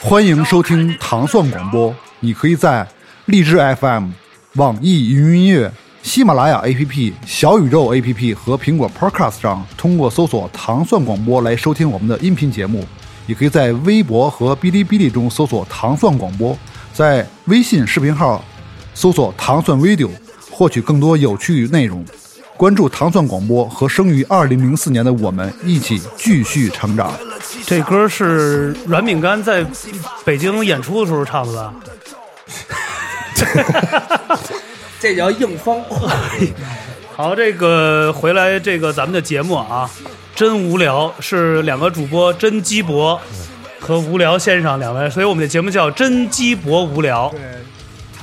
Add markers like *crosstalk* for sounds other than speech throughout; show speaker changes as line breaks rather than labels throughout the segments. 欢迎收听糖蒜广播，你可以在荔枝 FM、网易云音乐、喜马拉雅 APP、小宇宙 APP 和苹果 Podcast 上通过搜索“糖蒜广播”来收听我们的音频节目，也可以在微博和哔哩哔哩中搜索“糖蒜广播”，在微信视频号搜索“糖蒜 video” 获取更多有趣内容。关注糖蒜广播，和生于二零零四年的我们一起继续成长。
这歌是软饼干在北京演出的时候唱的吧？
这叫硬方块。
好，这个回来这个咱们的节目啊，真无聊，是两个主播真鸡博和无聊先生两位，所以我们的节目叫真鸡博无聊。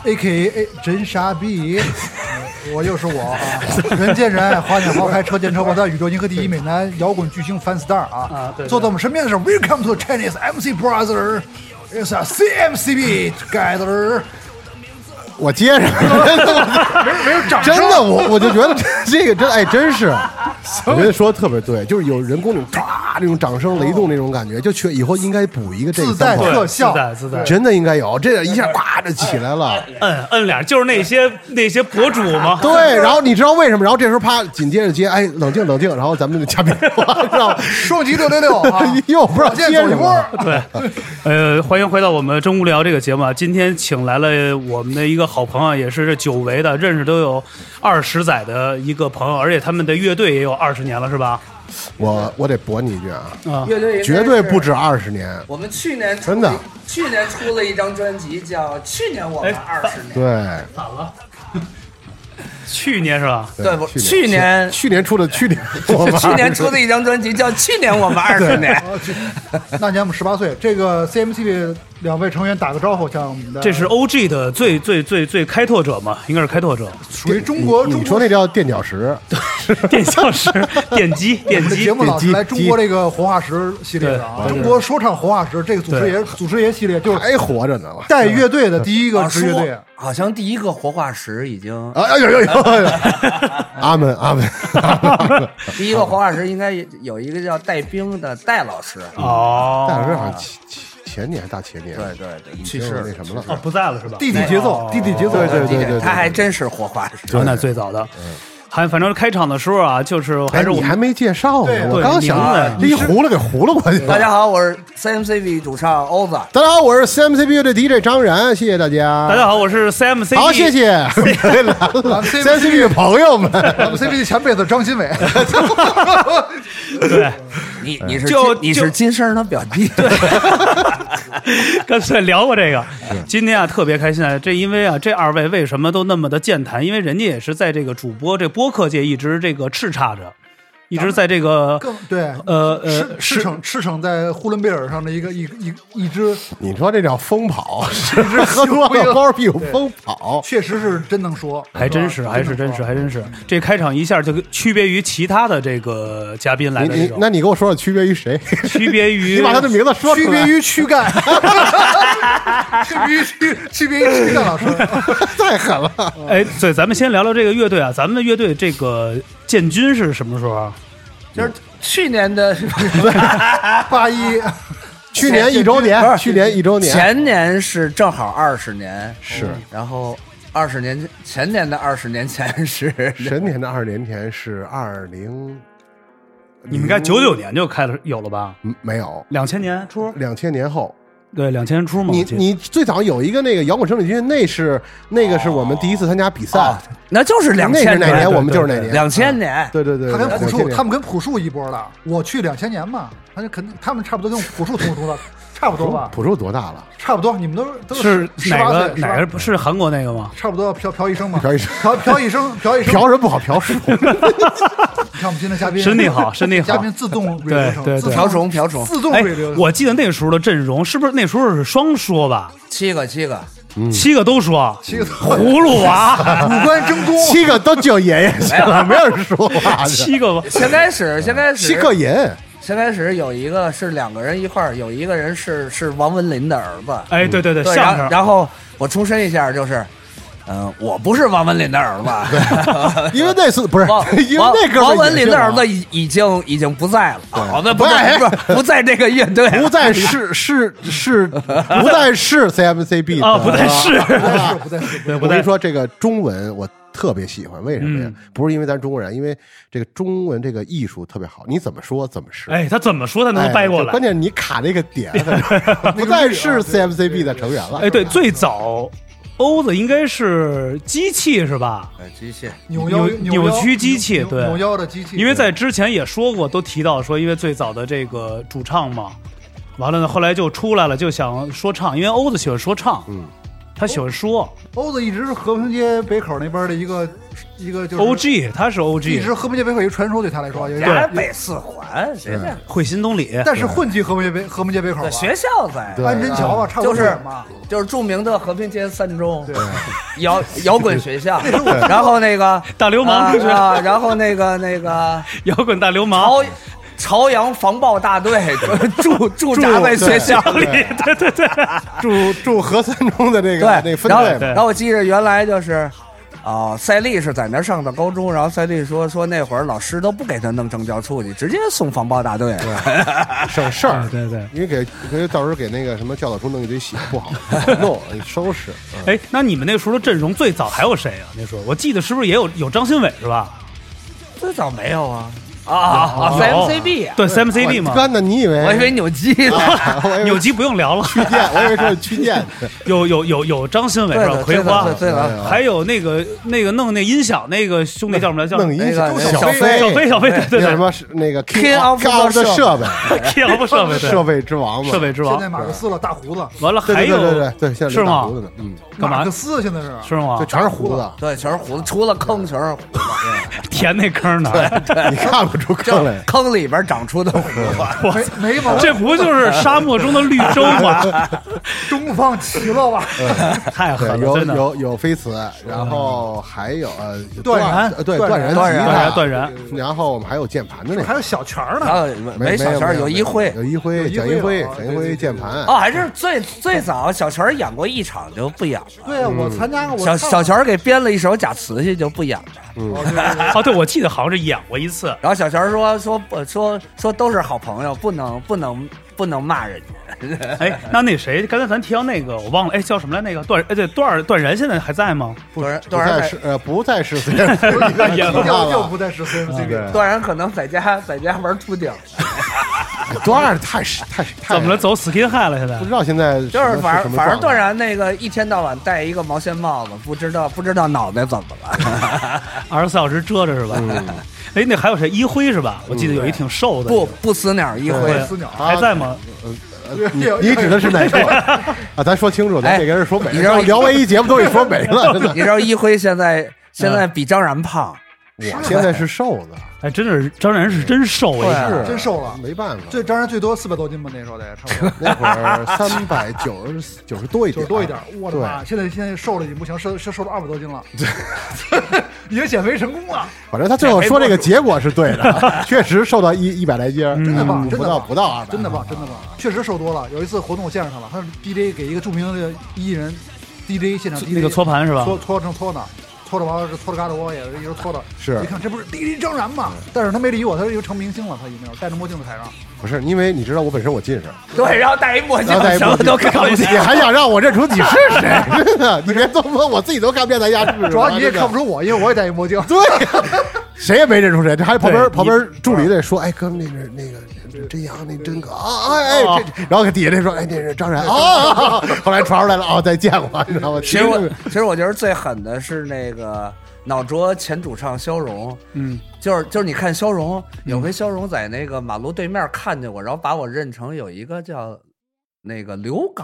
A K A 真傻逼，呃我又是我啊！人见人爱，花见花开，车见车爆胎，宇宙银河第一美男摇滚巨星 Fan Star
啊
啊
对！对
坐在我们身边的是 Welcome to Chinese MC Brother。It's a CMCB together，
我接着，
没有掌
真的，我我就觉得这这个真哎，真是，我觉得说的特别对，就是有人工那种唰那种掌声雷动那种感觉，就缺以后应该补一个这个
自带
sample
特效
自，带自带，
真的应该有，这一下呱就起来了。
摁摁俩，就是那些那些博主嘛。
对，然后你知道为什么？然后这时候啪，紧接着接，哎，冷静冷静，然后咱们那个嘉宾，知道吗？
双击六六六
*laughs*
啊！
又不知道
火
接
箭走
什
一波
么。，
*laughs* 对，呃，欢迎回到我们真无聊这个节目啊！今天请来了我们的一个好朋友，啊也是这久违的，认识都有二十载的一个朋友，而且他们的乐队也有二十年了，是吧？
我我得驳你一句啊，
啊、
乐队应该
绝对不
是
止二十年。
我们去年出
真的，
去年出了一张专辑，叫《去年我们二十年》。
对，
去年是吧？
对不去
去
年
去年出的去年，我们
去年出的一张专辑叫《去年我们二十
*laughs*
年》，
那年我们十八岁，这个 CMCB 两位成员打个招呼，向我们的
这
啊
是 OG 的最最最最开拓者嘛，应该是开拓者，
属于中国
你
中
你说
国
那叫垫脚石，
电教师、 *laughs* 电击、电
*laughs*
这
击
节。目老是来
点
中
击
国这个活化石系列的啊，
对
中国说唱活化石这个祖师爷祖师爷系列就是
还活着呢。
带乐队的第一个是乐队啊
说，好像第一个活化石已经，
啊，哎呦呦呦！阿门阿门，
第一个活化石应该有一个叫戴兵的戴老师，
戴
哦，
老师好像前前前年大前年，
对对对，去
去
世
世
了
那什么
哦
了。啊哎
不在了是吧？
弟弟节
哦
奏，弟弟节奏，
对对对对对，
他还真是活化石。
那最早的，还反正开场的时候啊，就是还
嗯哎
是我
你还
们
没介绍
对
呢，我
对
刚
你
想
明白
一糊了给糊了过去了。
大家好，我是 CMCB 主唱欧子，
大家好，我是 CMCB 的 DJ 张然，谢谢大家。
大家好，我是 CMC，
好，谢。谢，回来了 CMCB 的朋友们。
我们 CBD 前辈子张新
*laughs*
伟，
对，
你你是
就
金你是
就
金生儿的表弟，
刚才聊过这个，今天啊特别开心啊，这因为啊这二位为什么都那么的健谈？因为人家也是在这个主播这播客界一直这个叱咤着，一直在这个
更对，
呃呃
赤赤诚赤诚在呼伦贝尔上的一个一一一支，
你说这叫疯跑，是不是喝多了包屁股疯跑？
确实是真能说，
还真是，还是真是，还真是。这开场一下就跟区别于其他的这个嘉宾来
你
的这
你
种，
那你给我说说区别于谁？
*laughs* 区别于
*laughs* 你把他的名字说
区
出
别
来。
于躯干， *laughs* 区别于区区别于躯干老师，
太狠了，
哎，对，咱们先聊聊这个乐队啊，咱们乐队这个建军是什么时候啊？
*laughs* 就是去年的
八一
去年一周年，去年一周年，
前年是正好二十年，
是
然后二十年前年的二十年前是
*laughs* 神年的二年前是二零，
你们应该九九年就开了有了吧？
嗯没有
两千年初，
两千年后。
对，两千年初嘛。
你
我记得
你最早有一个那个摇滚生力军，那是那个是我们第一次参加比赛
哦，那就是两
那是
千
哪年
年，
我们就是哪年，嗯
两千年，
对对对，
他跟朴
2000
树，
年
他们跟朴树一波了。我去两千年嘛，他就肯定他们差不多跟朴树同时的，差不多吧，
朴树多大了？
差不多。你们都都
是
十
哪
八岁
个哪个？
18
不是韩国那个吗？
差不多朴朴医生嘛，
朴医生
朴朴医生，朴医生，
嫖人不好嫖树，
你看我们今天嘉宾，
身体好身体好
嘉宾自动
对
release
对对
自动
瓢虫瓢虫
自动
哎
release，
我记得那时候的阵容是不是那时候是双说吧？
七个七个，
嗯
七个都说，
七个
葫芦
*laughs*
娃，
五官
*laughs*
争功，
七个都叫爷爷去了，没有人说话的。
七个吧。
先开始先开始
嗯七个人，
先开始有一个是两个人一块儿，有一个人是是王文林的儿子，
哎，对对对，
对，
相
然后
声
然后我重申一下，就是嗯，我不是王文林的儿子，
因为那次不
*laughs*
是
王，
*laughs* 因为那哥们儿
王文
也
林
是
的
嘛
儿子已已经已经不在了，好的，不在
不在
不是不在这个乐队了，
不再是是是不再是 CMCB
啊，不
再。
太是，
不对，是
对，
我
不
跟
太嗯
你说，这个中文我特别喜欢，为什么呀？不是因为咱中国人，因为这个中文这个艺术特别好，你怎么说怎么是。
哎，他怎么说才能掰过
哎
来
关？键你卡这个点，啊
*laughs*
不再是 CMCB 的成员了。
哎，对，最早欧子应该是机器是吧？
哎机械
扭腰
扭扭曲机器
扭
对
扭腰的机器，
因为在之前也说过，都提到说，因为最早的这个主唱嘛，完了呢，后来就出来了，就想说唱，因为欧子喜欢说唱，
嗯，
他喜欢说
欧子一直是和平街北口那边的一个一个就是
O G，他是 O
一
G，
直和平街北口一个传说，对他来说，啊有
陕
点，
北四环，谁在？
会心东里，
但是混迹和平街北和平街北口吧，
学校在，
对
安贞桥啊，差不
就
多
是
嘛。
就是著名的和平街三中
对，
摇摇滚学
*laughs*
校，然后那个
*laughs* 大流氓
啊
就是
啊，然后那个那个
*laughs* 摇滚大流氓
朝朝阳防暴大队就是驻驻扎在学校
里
里。，
对对对，
住住河三中的那个那个分
然后
队嘛
对
然后我记着原来就是。啊、赛丽是在那儿上的高中，然后赛丽说说那会儿老师都不给他弄政教处去，直接送防暴大队。
省事儿，
啊哎对对
因为给给到时候给那个什么教导处弄一堆血不好不
*laughs*
好弄，你收拾。嗯
哎，那你们那时候的阵容最早还有谁啊？那时候我记得是不是也有有张新伟是吧？
这早没有啊啊啊
哦有
！CMCB
哦
啊，
对 C M C B 嘛
我，干的，你以为？
我以为扭机呢。
*laughs* 我
*laughs*
以为
扭机不用聊了，
曲剑，我以为说是曲
*laughs*
剑。
有有有有张新伟
*laughs* 对
是
的
吧？葵花
对的，对
啊
的，
还有那个那个弄那音响那个兄弟叫什么来？叫
弄音响，
那个
小
小
飞，
飞
哎小飞小飞，对对
那什
对
么是那个
King of the
的设备，
k f 设备对
设备之王嘛，
设备之
现
王
在。马克思了，大胡子，
完了
对
还
对
有
对对对，现在
是
留大
吗啊
胡子？呢，嗯，
干嘛
马克思现在是
是吗
就？全是胡子，
对，全是胡子，除了坑全是胡子，
填那坑呢？哎
你看不出坑来。
坑里边长出的胡
*laughs*
子。
没没毛病，
*laughs* 这不就是沙漠中的绿洲吗？
东方奇了吧？
*laughs* 太
对，
狠了，
有
真的。嗯
有有飞辞，然后还有呃
断然
呃对
断
断
然
然
断
吉
断
他
然断然，
然后我们还有键盘的那
还
个，
有小泉儿
然
呢，
后没小
有
圈有一会
有一辉，
一
蒋
辉
一辉，
啊
蒋
对
一
对
辉
对
键盘
哦，，还是最最早小泉演过一场就不演了。
对啊，我参加过，我
小
唱
小泉给编了一首假词去就不演了。
过对对对
哦，对，我记得好像是演过一次。
然后小泉说说呃说说都是好朋友，不能不能不能骂人家。
*laughs* 哎，那那谁，刚才咱提到那个，我忘了，哎，叫什么来？那个段，哎，对，段段然现在还在吗？
段然
不
段
再
然在
是呃不再是 *laughs* CMCB
演
就
了
就不再是 CMCB，
对
段然可能在家在家玩秃顶，
多少太是太太
怎么了？走 skin high 了？现在
不知道现在
就是
什么
反
什
正
么
反正
状
段
态
然那个一天到晚戴一个毛线帽子，不知道不知道脑袋怎么了。
二十四小时遮着是吧？ *laughs* 哎，那还有谁？一辉是吧？我记得有一挺瘦的，
不不死鸟一
对
回，
死鸟
还在吗？
你你指的是
*laughs*
哪个啊？咱说清楚，咱
哎
哪个人说美？
你让
聊完一节目都给说美
*laughs*
了，真的。
你知道一辉现在现在比张然胖，
我现在是瘦子，
哎，真的是张然是真瘦哎，
对
是
真瘦了
没办法。。
最当然最多四百多斤吧，那时候得差不多
*laughs* 那会儿三百九十九十多一
九
点，
十多一点儿，我的妈！现在现在瘦了已经不行，瘦瘦瘦了二百多斤了， *laughs* 已经减肥成功了，
反正他最后说这个结果是对的，确实瘦到一一百来斤儿，
真的棒，
嗯
真
不
的
到
棒，
不到啊，
真的棒，真的棒，确实瘦多了。有一次活动我见着他了，他是 DJ 给一个著名的艺人 DJ 现场 DJ
那个搓盘是吧？
搓搓成搓呢，搓着完了是搓着嘎达窝也是一直搓着，
是
一看这不是 DJ 张然吗？但是他没理我，他已经成明星了，他已经有戴着墨镜在台上，
不是因为你知道我本身我近视，
对，然后戴一墨镜
然后再，
什么都看不
你
见。
还想让我认出你是
*laughs*
谁？真的，你别这么说，我自己都看不见咱家是谁。
主要你也看不出我，因为我也戴一墨镜。
对呀，谁也没认出谁，这还旁边
对啊
旁边助理得说，哎，哥们，那是那个真阳，那真哥啊，哎
哦
哎，这然后给底下那说，哎，那是张然啊，后来传出来了，哦，再见我，你知道吗？
其实我其实我觉得最狠的是那个脑浊前主唱肖荣，
嗯，
就是就是你看肖荣，
嗯
有回肖荣在那个马路对面看见我，然后把我认成有一个叫那个刘镐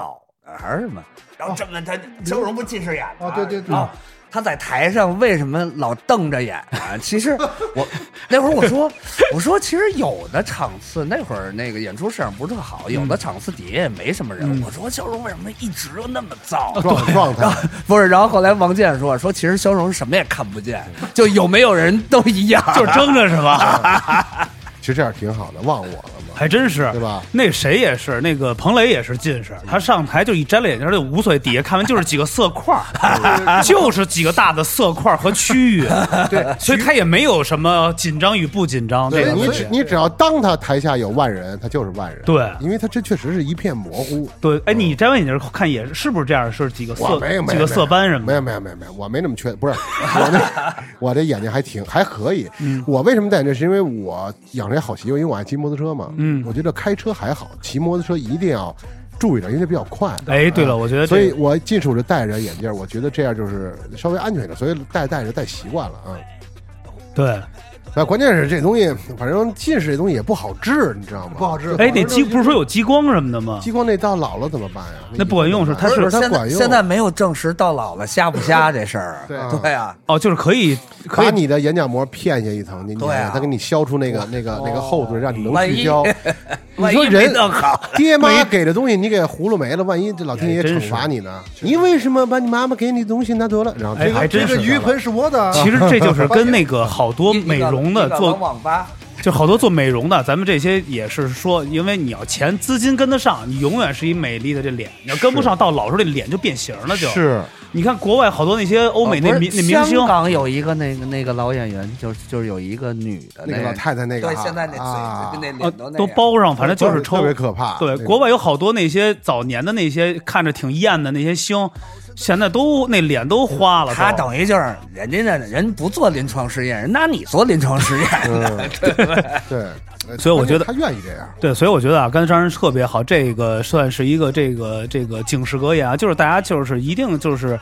的还是什么，然后这么他肖荣不近视眼吗
啊对对对
啊他在台上为什么老瞪着眼啊？其实我那会儿我说 *laughs* 我说，其实有的场次那会儿那个演出市场不是特好，有
嗯
的场次底下也没什么人。我说肖荣为什么一直那么燥？
哦
啊
啊
状状态，
*laughs* 不是，然后后来王健说说，其实肖荣什么也看不 *laughs* 见，就有没有人都一样。
就是睁着是吧？
其实这样挺好的，忘我了嘛。
还真是，
对吧
那谁也是，那个彭磊也是近视，他上台就一摘了眼镜就无所谓，底下看完就是几个色块儿，就是几个大的色块儿和区域，对，所以他也没有什么紧张与不紧张这
对
个
你
问
只
题。
你只要当他台下有万人，他就是万人。
对
因为他这确实是一片模糊。
对，哎，你摘完眼镜看也是是不是这样？是几个
我
色
没有没有
几个色斑什么的？
没有没有没有没有，我没那么缺，不是我那我这眼睛还挺还可以。
嗯
我为什么戴这？是因为我养成一好习惯，因为我爱骑摩托车嘛。嗯，我觉得开车还好，骑摩托车一定要注意点，因为它比较快。
哎，对了，我觉得
所
这
以我近视我就戴着眼镜，我觉得这样就是稍微安全一点，所以戴戴着戴习惯了啊。
对，
那关键是这东西，反正近视这东西也不好治，你知道吗？
不好治。
哎，那激不是说有激光什么的吗？
激光那到老了怎么办呀？
那不管用是啊它是
不它
现
管
在
用。啊
现在没有证实到老了瞎不瞎这事儿。
对
对啊，
哦，就是可以可以
把你的眼角膜片下一层，你你
对啊
他给你消除那个那个那个厚度，让你能
万
聚
一 *laughs*
焦。你
万
说
一没
人
弄好，
爹妈给的东西你给葫芦没了，万一这老天
哎
爷惩罚你呢？你为什么把你妈妈给你的东西拿走了？然后
哎
这
还
个
真
这
是
个鱼盆是我的，
其实这就是跟那个好多
一
美容的
一个
做
往网吧，
就好多做美容的，咱们这些也是说，因为你要钱资金跟得上，你永远是一美丽的这脸，你要跟不上，到老时候这脸就变形了就。，
是
你看国外好多那些欧美那
啊哦不是
明、那明星啊
香，港有一个那个那个老演员，就是就是有一个女的，
那个老太太那个
对，
啊
现在那
啊
嘴那
呃
脸都那
都
样，
包上，反正就是抽
特。别可怕。
对，
啊那个
国外有好多那些早年的那些看着挺艳的那些星，现在都那脸都花了都。
他等于就是人家那人不做临床试验，人拿你做临床试验呢，
对，
所以我觉得
他愿意这样。
对，所以我觉得啊，刚才张人特别好，这个算是一个这个这个警示格言啊，就是大家就是一定就是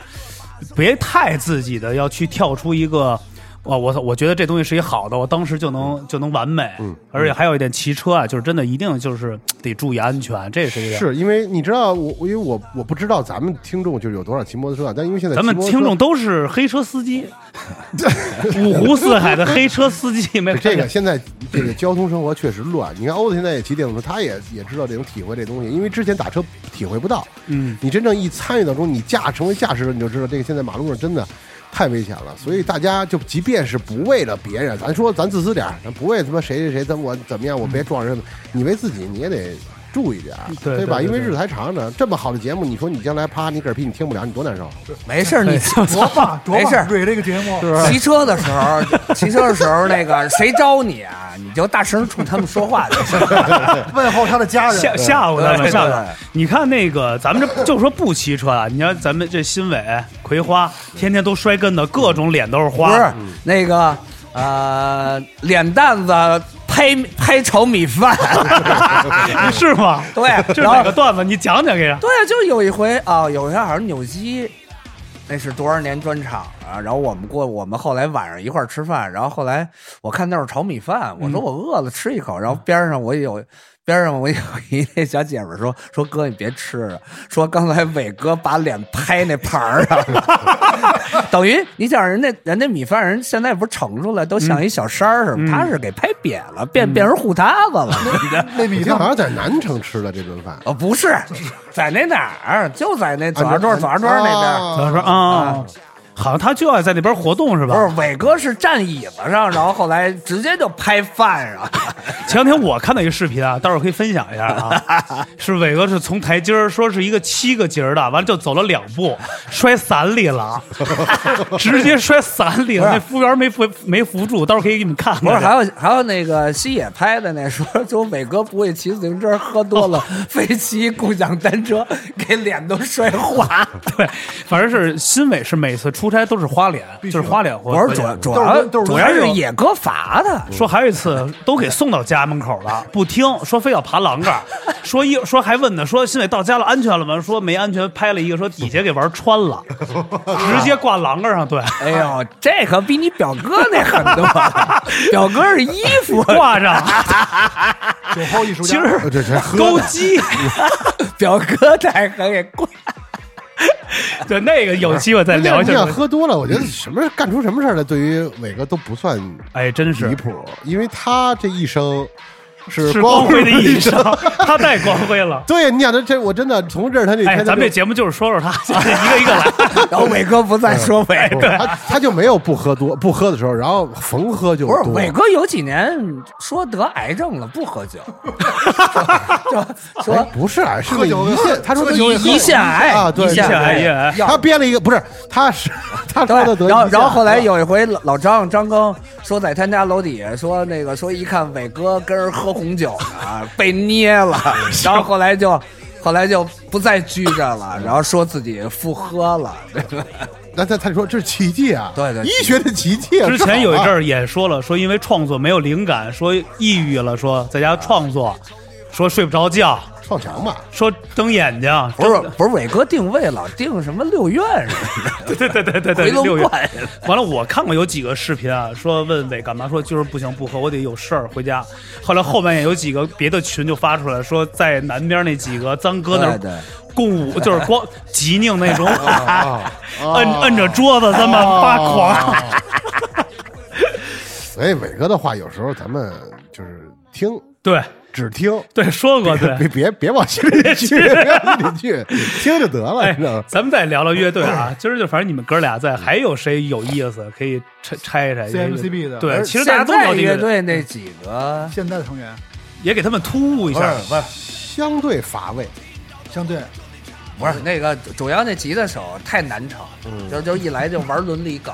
别太自己的要去跳出一个。哇，我操我觉得这东西是一好的，我当时就
嗯
能就能完美，而且还有一点，骑车啊，就是真的一定就是得注意安全，这是一个。
是因为你知道我，我因为我我不知道咱们听众就是有多少骑摩托车啊，但因为现在
咱们
骑摩托
听
车
众都是黑车司
*laughs*
机，五湖四海的黑车司机，没
*laughs* 这个现在这个交通生活确实乱。你看欧子现在也骑电动车，他也也知道这种体会这东西，因为之前打车体会不到。
嗯，
你真正一参与到中，你驾成为驾驶者，你就知道这个现在马路上真的太危险了。所以大家就即便是不为了别人，咱说咱自私点儿，咱不为他妈谁谁谁怎么我怎么样，我别撞人，你为自己你也得。注意点儿，
嗯对
吧？
对对
因为
对
日子还长着，这么好的节目，你说你将来啪，你嗝屁，你听不了，你多难受。
*laughs* 没事儿你。
*laughs*
多棒多
没事
棒，蕊这个节目。
骑车的时候，骑车的时候，那个谁招你啊，你就大声冲他们说 *laughs* 话就行。
问候他的家人，
吓吓唬他
对哎
们，
对
吓唬他
对
们。你看那个，咱们这就说不骑车啊，你看咱们这新伟、葵花，天天都摔跟头，各种脸都是
不是
花。
那个呃，脸蛋子拍拍炒米饭，
啊是吗？
*laughs* 对
这，是
然
哪
后
个段子？你讲讲给人。
对，就有一回啊，有一回好像纽基，那是多少年专场啊？然后我们过，我们后来晚上一块儿吃饭，然后后来我看那是炒米饭，我说我饿了，吃一口。然后边上我有。边上我有一那小姐们说说哥你别吃了，说刚才伟哥把脸拍那盘儿上了， *laughs* 等于你想人家人家米饭人现在不是盛出来都像一小山儿似的，他是给拍瘪了，变变成糊塌子了，
那
以
米
前好
饭
像在南城吃的这顿饭，
哦，不是，在那哪儿？就在那左家
啊
庄、左家庄那边。
哦
啊
他说啊，好像他就要在那边活动是
不
吧？
是，伟哥是站椅子上，然后后来直接就拍饭上。 *laughs*
前两天我看到一个视频啊，待会儿可以分享一下
*laughs*
啊。是伟哥是从台阶儿说是一个七个节儿的，完了就走了两步，摔伞里
*laughs*
了，直接摔伞里了。那服务员没扶没扶住，待会儿可以给你们看看。
不是，还有还有那个西野拍的那说，说伟哥不会骑自行车，喝多
*laughs*
了非骑共享单车，给脸都摔花。
*laughs* 对，反正是新伟是每次出差都是花脸，就是花脸活。
我说主要主
都是
要
都是
主要是野哥罚的，
说还有一次都给送到家门口了，不听，说非要爬栏杆儿，说一说还问呢，说新伟到家了安全了吗？说没安全，拍了一个说底下给玩穿了，直接挂栏杆儿上，对，
哎呦，这可比你表哥那狠多了。表哥是衣服，
挂上，
*laughs* 酒后艺术
其
家，
实
呃这这喝
勾机， *laughs*
表哥太狠给挂。
对那个有机会再哎聊一
你
下
想。喝多了，我觉得什么干出什么事儿来，对于伟哥都不算
哎，真
离
是
谱，因为他这一生
是
是
光
光辉的一
生
生。，他太光辉了。
*laughs* 对，你想他这，我真的从这儿他那
哎，
天
咱
他
们这
就
节目就是说说他， *laughs* 一个一个来。
然 *laughs* 后伟哥不再说伟，
他他就没有不喝多不喝的时候，然后逢喝就
不是
多。
伟哥有几年说得癌症了，
*laughs*
不喝酒，说
哎
说
不是啊，是个
喝酒
胰
喝
腺，他说
喝
的
酒也
胰
胰腺癌
啊，对，
胰腺
对
癌
对
胰腺癌
对他编了一个，不是，他是他说的得
对，
啊胰
然后
腺
然后后来
嗯
癌
有一回老老张张庚说在他家楼底下说那个说一看伟哥跟人喝红酒呢，被捏
*laughs*
了，然后后来就后来就不再拘着了，
嗯
然后说自己复
*laughs*
喝了，
那他他说这是奇迹啊，
对对
医学的奇迹
*laughs*
啊。
之前有一阵
儿，
儿也说了，说因为创作没有灵感，说抑郁了，说在家创作，说睡不着觉，
撞墙吧，
说睁眼睛，
不是不是伟哥定位老定什么六院什么
对对对对
的
对，
回
六
龙
月。
观，
完了，我看过有几个视频啊，说问伟干嘛，说就是不行不喝，我得有事儿回家。后来后面也有几个别的群就发出来说，在南边那几个脏哥那
对对
儿共舞，就是光极宁那种，摁
哦
摁着桌子这么发狂。
所以伟哥的话有时候咱们就是听，
对
只听，
对，说
哦
*laughs*
过对。
别别别往心里去，别往心里去，听就得了，
*laughs*
哎
你知道吗，？
咱们再聊聊乐队啊，今儿就反正你们哥俩在，还有谁有意思可以拆拆拆
CMCB 的
对，其实大家
现
都聊
在
这
乐
个，
队那几个
现在的成员
也给他们突兀一下。
不是
相对乏
*laughs*
味。
相对 *laughs*
不是那个主要那吉他手太难唱，
嗯
就就一来就玩伦理梗。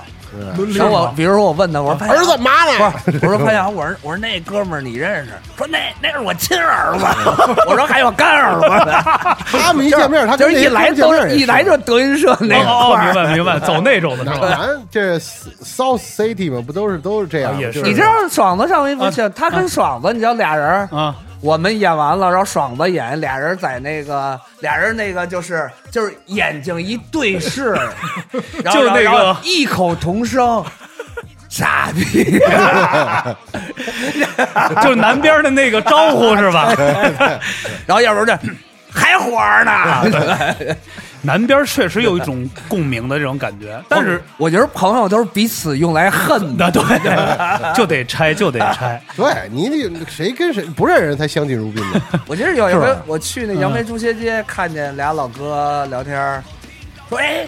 轮
然
流
后我比如说我问他，我说潘
儿子
阳
麻了，
不是，我说潘阳，我说我说那哥们儿你认识？说那那是我亲儿
嗯
子， *laughs* 我说还有干儿
*laughs*
子，
他们一见面，他
就
跟
是
那
一
些
来
刚见
都
面也
一来
是
就德云社那
哦哦，
块
明
儿。
白明白，走那种的是
那
吧？
咱这 South City 嘛，不都是都是这样吗？
啊也是
你知道爽子上回不去，他
啊
跟爽子，你知道俩人儿，
啊，
我们演完了，然后爽子演，俩人在那个，俩人那个就是就是眼睛一对
*laughs*
视，然后
就是那个
然后异口同声，傻
*laughs*
逼，
就是南边的那个招呼是吧？
然后要不然就还活着呢。
*laughs* 南边确实有一种共鸣的这种感觉， *laughs* 但
哦
是
我觉得朋友都是彼此用来恨
那
的，
对，就得拆就得拆。
对你得谁跟谁不认识人才相敬如宾呢？
我记得有一
是
回
吧
我去那杨梅猪血街，看见俩老哥聊天儿，说哎，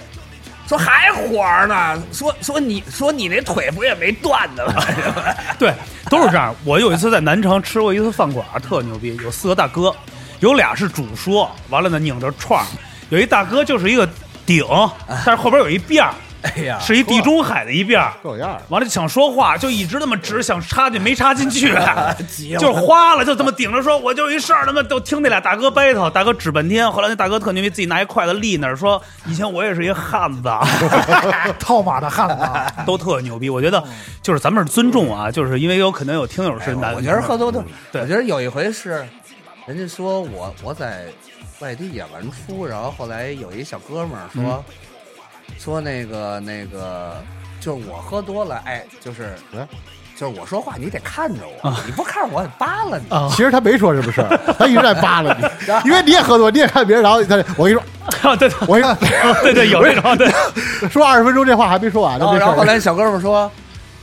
说还活着呢，说说你说你那腿不也没断的吗？
*laughs* 对，都是这样。我有一次在南城吃过一次饭馆，特牛逼，有四个大哥，有俩是主说，完了呢拧着串儿，有一大哥就是一个顶，但是后边有一辫儿，
哎呀，
是一地中海的一辫儿。
够样儿。
完了就想说话，就一直那么直，想插进没插进去，
啊急了
就是花了，就这么顶着说，我就一事儿，他妈都听那俩大哥 battle，大哥指半天。后来那大哥特牛逼，自己拿一筷子立那儿说，以前我也是一汉子，啊
套马的汉子啊， *laughs*
都特牛逼。我觉得就是咱们是尊重啊，就是因为有可能有听友
*laughs*
是男，
哎我觉得喝多多，
对
我觉得有一回是，人家说我我在外地演完出，然后后来有一小哥们儿说、说那个那个，就是我喝多了，哎，就是
嗯
就是我说话你得看着我，你不看我，我扒拉你。
啊
其实他没说什么事儿，他一直在扒拉
*laughs*
你，因为你也喝多，你也看别人，然后他我跟你说，
啊， *laughs* 对对
我跟你
对对，有这种对，
说，说二十分钟这话还没说完呢
然。后
这事
哦然后后
儿
来小哥们儿说。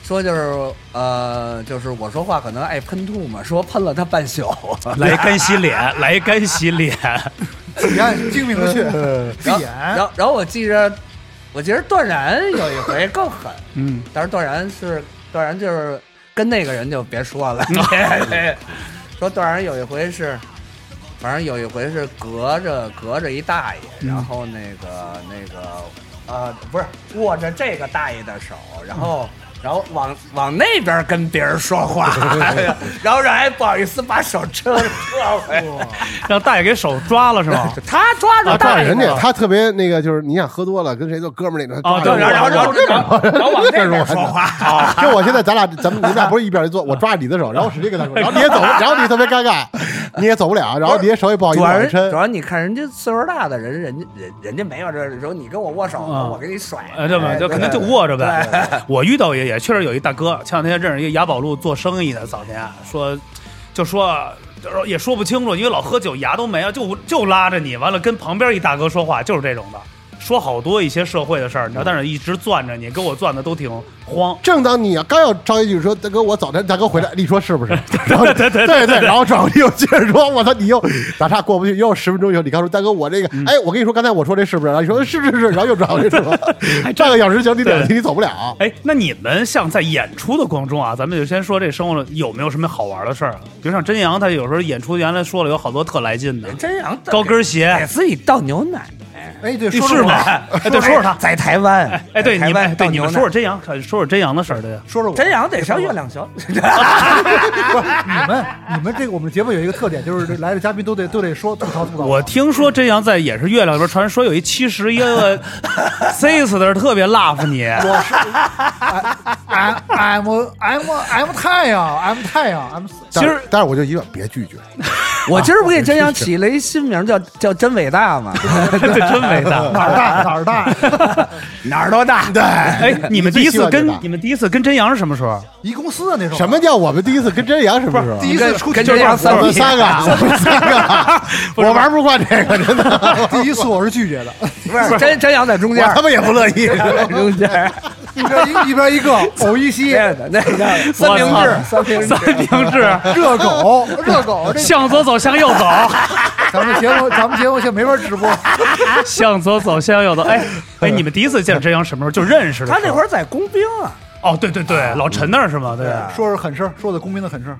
说就是呃，就是我说话可能爱喷吐嘛，说喷了他半宿， *laughs*
来干洗脸，来干洗脸，
哎
闭眼精明的
*laughs*
去，闭
然后然
眼
后然后我记着，我记着段然有一回更狠，
嗯，
但是段然是段然就是跟那个人就别说了，哎说段然有一回是，反正有一回是隔着隔着一大爷，
嗯
然后那个那个呃不是握着这个大爷的手，然后。
嗯
然后往往那边跟别人说
*laughs*
话，然后人还不好意思把手撤撤回，
让大爷给手抓了是
*laughs*
吗？
他抓
啊
着
哦抓
大
着
爷
人
了，
家他特别那个，就是你想喝多了，跟谁都哥们儿那种。
哦
抓
对
着
然后然后然后
这
然
啊
后然后往那边说话，
*laughs* 就我现在咱俩咱们你俩不是一边儿一坐，我抓着你的手，然后使劲 *laughs* 跟他说，然后你也走，然后你特别尴 *laughs* 尬，你也走不了，然后你也手也不好
*laughs*
意
主
思
要
往 *laughs* 上
人主
抻。
要你看人家岁数大的人，人家人人家没有这时候，你跟我握手，
嗯
我给你甩，哎
呃，这么就可能就握着呗。我遇到也也确实有一大哥，前两天认识一个雅宝路做生意的，早年说就说。就说也说不清楚，因为老喝酒，牙都没了，就就拉着你，完了跟旁边一大哥说话，就是这种的。说好多一些社会的事儿，你知道，但是一直攥着你，给我攥的都挺慌。
正当你啊刚要着一句说大哥我早晨大哥回来，你说是不是？然后 *laughs* 对对对然后转过去又接着说，我操你又打岔过不去，又十分钟以后你刚说大哥我这个，哎我跟你说刚才我说这是不是？然后你说是是 *laughs* 是，然后又转过去说半个小时行你两
对
题你走不了。
哎，那你们像在演出的光中啊，咱们就先说这生活中有没有什么好玩的事儿啊？比如像真阳，他有时候演出原来说了有好多特来劲的，
真想
高跟
给
鞋，
自己倒牛奶，
哎，对，
你
说
是
着我
吗？，哎，对，说说他，
在台湾，
哎，对，
在
你
台湾
们对
倒
你
牛
们
奶
说说真阳，说说真阳的事儿，对呀。
说着我，
真阳得上月亮桥，
啊不是你们，你们这个我们节目有一个特点，就是这来的嘉宾都得都得说吐槽吐槽。
我听说真阳在也是月亮里边传说有一七十一 *laughs* 个 C 词的特别 love 你，
我是 I'm I'm I'm I'm 太阳，I'm 啊太阳，I'm
但
其
是
实
但是我就一个别拒 *laughs* 绝，
我今儿不给真阳起了一新名叫叫真伟大吗？
这真伟 *laughs* 大。
哪儿大哪儿大。
哪儿都大， *laughs* 对，
哎，你们第一
最希
次
望
跟
这个
你们第一次跟真阳是什么时 *laughs* 候？
一公司啊那时候
什么叫我们第一次跟真阳什么时候？
第一次出 *laughs* 去
跟真阳
我
三
们
比
三个啊，我们三个啊，我玩不惯这个，真的，
第一次我是拒绝的，
不是真真阳在中
我
间，
他妈也不乐意。
*laughs* 中间，
一边一一边一个偶一西
那个那个三明治，三明治
三明治，
热狗 *laughs* 热狗，这
向左走，向右 *laughs* 走，
咱们节目咱们节目现在没法直播，
向左走，向右走。哎哎，你们第一次见着真阳什么时候？就认识的时
他
候。
那会儿在工兵啊，
哦，对对对，老陈那儿是吗？对。
说是狠事儿，说的工兵的狠事儿，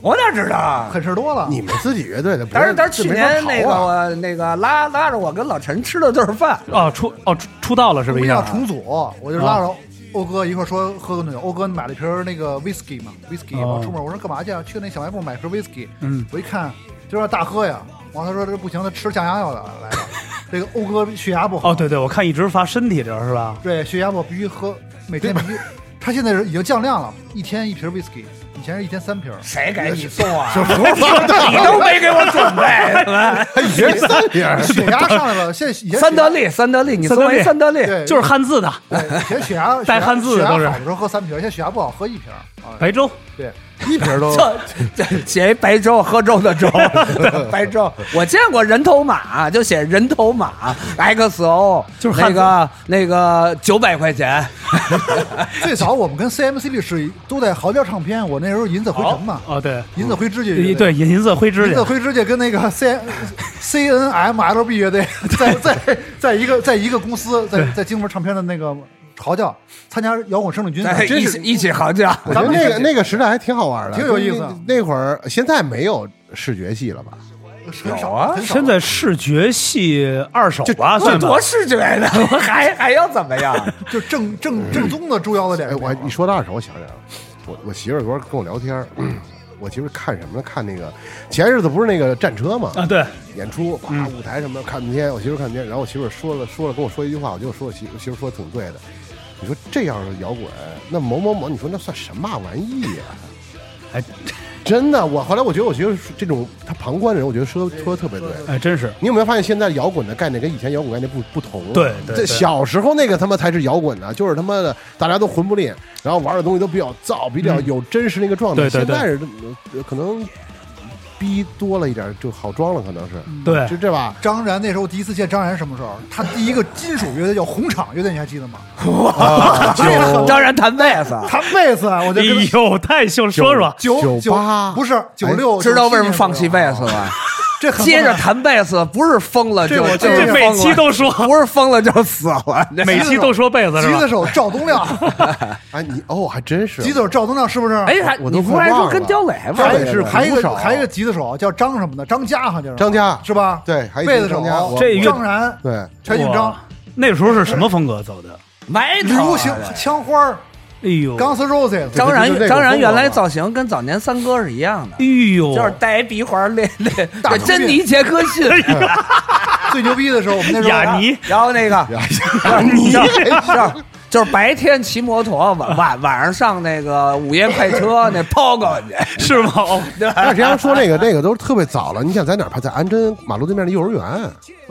我哪知道啊？
*laughs* 狠事儿多了。
你们自己乐队的，
但是但是
这
去
没法
年
逃
那个
啊
我那个拉拉着我跟老陈吃了顿饭，
哦，出哦出出道了是
我
不
们
是？
要重组，我就拉
啊
着欧哥一块儿说喝个酒。欧哥买了瓶儿那个 whisky 嘛，whisky
哦
我出门我说干嘛去啊？去那小卖部买瓶 whisky。
嗯，
我一看就让大喝呀。完他说这不行，他吃降压药的来
*laughs*
了。这个欧哥血压不好。
哦，对对，我看一直发身体这儿是吧？
对，血压我必须喝，每天必须。他现在是已经降量了，一天一瓶 whisky，以前是一天三瓶。
谁给你送啊？
你
你都没给我准
哎
备，
一人三瓶儿，
血压上
*laughs*
来了，现在以前
三得
利
利，三得利，你送我一三得利，
对，
就是汉字的
对以前血压
*laughs* 带汉字
血
的
压
都
好
是
的时候喝三瓶，现在血压不好喝一瓶啊。
白粥。 *laughs*
对，
一瓶儿
哦
都
这这写一白粥，喝粥的粥，白粥。我见过人头马，就写人头马 XO，
就是
那
汉字
个那个九百块
*laughs*
钱，
最早我们跟 CMCB 是都在嚎叫唱片，我那时候银子回
好
城嘛，
哦，对，
银子灰指甲乐队，
对对，银色灰指
银子
甲。
灰指甲跟那个 C C N M L B 乐队在在在一个在一个公司，在在金门唱片的那个嚎叫参加摇滚生力军，
咱
真
一
是
起一起嚎叫。
我觉得那个那个时代还挺好玩的，
挺有意思啊
那。那会儿现在没有视觉系了吧？
很少
有啊
很少
现在视觉系二手吧，
我
算吧
多视觉的，我还还要怎么
*laughs*
样？
就正正正宗的猪腰子脸
哎，。我你说到二手，我想起来了，我我媳妇儿昨儿跟我聊天儿，我媳妇儿看什么呢？看那个前日子不是那个战车嘛，
啊，对，嗯
演出哇，舞台什么的看半天，我媳妇儿看半天，然后我媳妇儿说了说了跟我说一句话，我就说我媳我媳妇儿说得挺对的，你说这样的摇滚，那某某某，你说那算什么啊玩意呀、
哎
真的，我后来我觉得，我觉得这种他旁观的人，我觉得说说的特别对。
哎，真是
你有没有发现现在摇滚的概念跟以前摇滚概念不不同了？
对对对
这小时候那个他妈才是摇滚呢，就是他妈的大家都混不吝，然后玩的东西都比较燥，比较有真实那个状态。
嗯对对对
现在是呃可能逼多了一点，就好装了，可能是，
嗯对
就，这吧。
张然那时候第一次见张然什么时候？他第一个金属乐队叫红场乐队，你还记得吗？
哎当然弹贝斯，
弹贝斯，我就
哎
跟他
呦，太秀了，说说，
九
九八
不是九六，
知道为什么
97
放弃贝斯
啊
吗？
这很
接着弹贝斯，不是疯了
这
就
我
就
这
是
这每
疯
期
了，
都说，
不是疯了就死了。
每期都说被子是
吉他
吧？
手赵东
*laughs*
亮，
哎，你哦，还真是
吉他手赵东亮是不是？
哎，还
我都
你不
快
还
忘
说
了
跟刁磊
还
玩
还有
有一
一
个
个还有一
鼓手
个还有一个吉他手叫张什么的，张家好像叫
张家
是吧？
对还有一个
贝斯手
张家我
这乐
张然
对，
柴俊章
哇，那时候是什么风格走的？
埋头
流
啊
行枪花儿
哎
哦
呦，
Guns N' Roses，
张
就那
然
种
张然
风格
原来
嘛
造型跟早年三哥是一样的，
哎
哦
呦，
就是戴一鼻环，练练
大
对
长
珍
辫
妮杰
*laughs*
克逊，
哎
最牛逼的时候，我们那时候
雅尼，
*laughs* 然后
*laughs*
那
哎
个
你
是就是白天骑摩托，晚
*laughs*
晚晚上上那个午夜快车那 POGO 去，
*laughs* 是吗？哦，
那谁说那个
哎
那个都是特别早了。你想在哪儿拍？在安贞马路对面的幼儿园，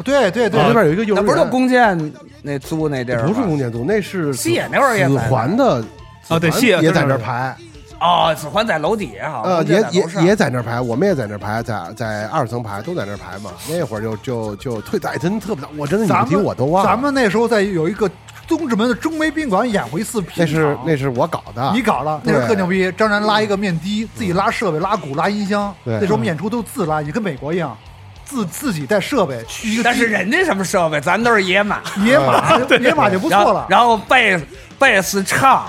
对对对
那，边有一个幼
那
儿园，
不是就弓箭那租那地儿
不是
吗？
弓箭组，那是
西野那会儿也
子
在那儿
环的
啊对
子环
西野
也
在
在
那
那
儿
儿排，
哦，子欢在楼底下，好像
呃，
就
也
在
也
楼上
也在那儿排，我们也在那儿排，在在二层排，都在那儿排嘛。那会儿就就就退的，哎，真特别大，我真的
咱
你提
们
我都忘了。
咱们那时候在有一个东直门的中梅宾馆演过一次
那
片
是
场
那是我搞的，
你搞了，那时候
啊对嗯
特牛逼。张然拉一个面的，自己拉设备、拉鼓、拉音箱。
对
那时候我们演出都自拉，也跟美国一样，自自己带设备去一个地。
但是人家什么设备，咱都是野马，
野
啊
马野马就不
然
错
后
了。
然后贝贝斯唱，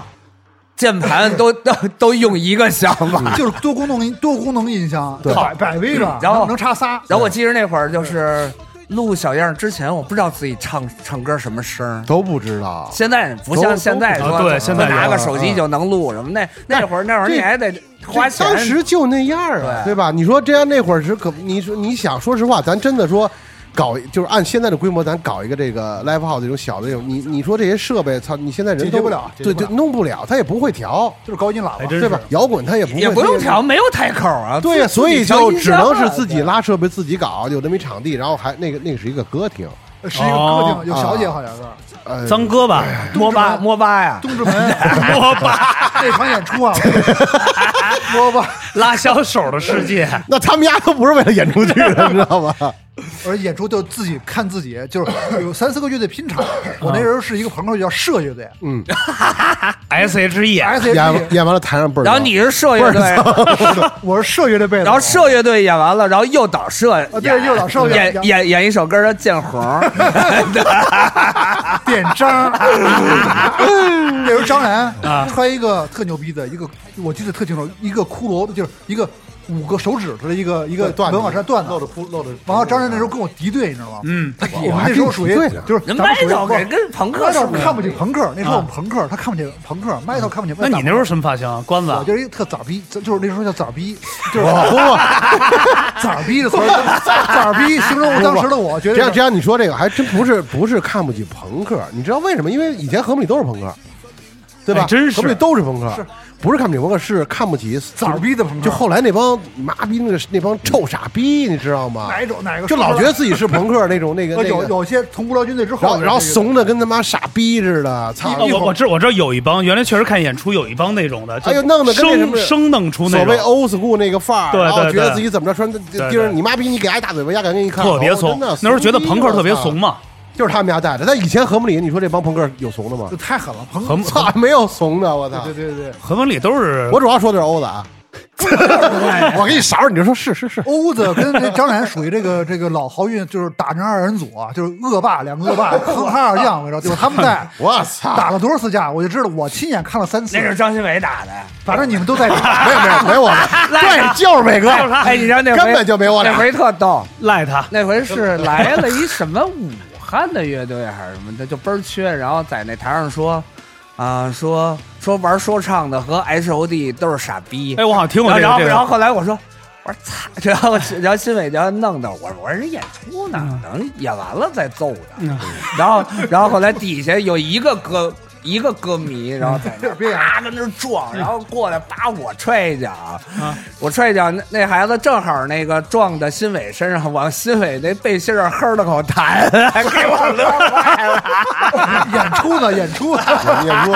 键盘都 *laughs* 都都用一个响板。
就是多功能音多功能音箱，
嗯对
百百威吧，
然后
能能插仨。
然后我记着那会儿就是录小样之前，我不知道自己唱唱歌什么声儿。
都不知道。
现在不像
都
现在
都不
说，
啊对现在
拿
有
个手机就能录什么。那那会儿那会儿
这
你还得花钱。
当时就那样儿啊，
对
对吧？你说这样那会儿是可，你说你想，说实话，咱真的说。搞就是按现在的规模，咱搞一个这个 live house 这种小的这种，你你说这些设备，操，你现在
解
人都
决不了解
对
决不
对
了，
弄不了，他也不会调，
就是高音喇
哎
还
叭，
真是
对吧？摇滚他也不会，
也不用调，没有台口啊。
*laughs* 对呀，
自
所
自己
以
调
就
音
只
箱啊
能是自己拉设备自己搞，有那么一场地，然后还那个那个是一个歌厅，
是一个歌
哦
厅，有小姐好像是。
呃，
脏哥吧，
摸吧摸吧呀，
东直门，
*laughs*
我爸那场演出啊，我爸，
拉小手的世界，
那他们家都不是为了演出去的，你知道吗？
而演出就自己看自己，就是有三四个乐队拼场。我那时候是一个朋克叫社乐队
嗯，
S H E，
，S
演
H
完
E，
演完了台上倍儿高，
然后你是社乐队，
我是社乐队背的。
然后社乐队演完了，然后又导社演，
啊对又导社演
演演演一首歌叫《见红》， *laughs*
点章，那时候张然穿一个特牛逼的一个，我记得特清楚，一个骷髅就是一个五个手指头的一个一个
段子
文化衫段子，露着露着。然后张然那时候跟我敌对，你知道吗？嗯，他我们那时候属于
我还跟你敌对呢
就是咱
人
们属于
metal 给跟朋克
metal
似的
看不起朋克，那时候我们朋克，他看不起朋克，metal 看不起。
那你那时候什么发型啊？关子啊
我？就是一个特崽儿逼，就就是那时候叫崽儿逼，就是
哦
*laughs*
不
崽儿逼的词儿， *laughs* 崽儿逼形容当时的我，觉得
不，只要
是
只要你说这个，还真不是不是看不起朋克，你知道为什么？因为以前和平里都是朋克，对吧？
哎真是
和平里都是朋克，不是看不起朋克，是看不起
崽儿嗯逼的朋克，
就后来那帮妈逼那个那帮臭傻逼，你知道吗？
哪一种哪个
就老觉得自己是朋克那种那
*laughs*
个
呃
那
有
个，
有些从无聊军队之
然
后
后
的
然后
这个
怂的跟他妈傻逼似的，操！
哦我我知我知道有一帮，原来确实看演出有一帮那种的，就
哎呦弄得跟那什
生
么
生弄出那
所谓
种。
old school 那个范儿，
对
然后
对
觉得
对
自己怎么着穿的
对
钉儿，
对
你妈逼你给挨大嘴巴，压敢给你看，
特别
怂，
怂，
哦真的
那时候觉得
怂逼
朋克特别
我操
怂嘛，
就是他们家带的。但以前和睦里，你说这帮朋克有
*laughs*
怂的吗
就？太狠了，朋
和
操，没有怂的，我操
对！对对对，
和文里都是
我主要说的是欧子啊，我给你勺，你就说是是是，
欧子跟这张然属于这个这个老豪运，就是打成二人组啊，就是恶霸两个恶霸，哼哈二将，我知道，就是他们在
*laughs* 我操！
打了多少次架，我就知道，我亲眼看了三次
那，是张新伟打的。
反正你们都在打，
没有没有没我们，对，就是伟哥，
哎，你知道那回
根本就没我俩
那回特逗，
赖他，
那回是来了一什么武汉的乐队还是什么的，就倍儿缺，然后在那台上说，啊、说说玩说唱的和 H O D 都是傻逼。
哎，我好像听过
然后
这个这
然后然后
个，
后来我说。我说操，然后然后新伟就要弄的我，我说人演出
嗯
呢，等演完了再揍的。然后然后后来底下有一个歌一个歌迷，然后在那
*laughs*
儿啪跟那儿
嗯
撞，然后过来把我踹一脚，我踹一脚，那那孩子正好那个撞到新伟身上，往新伟那背心上齁的口
*laughs*
痰，给我乐坏了。
演出呢，演出呢，
*laughs* 演出。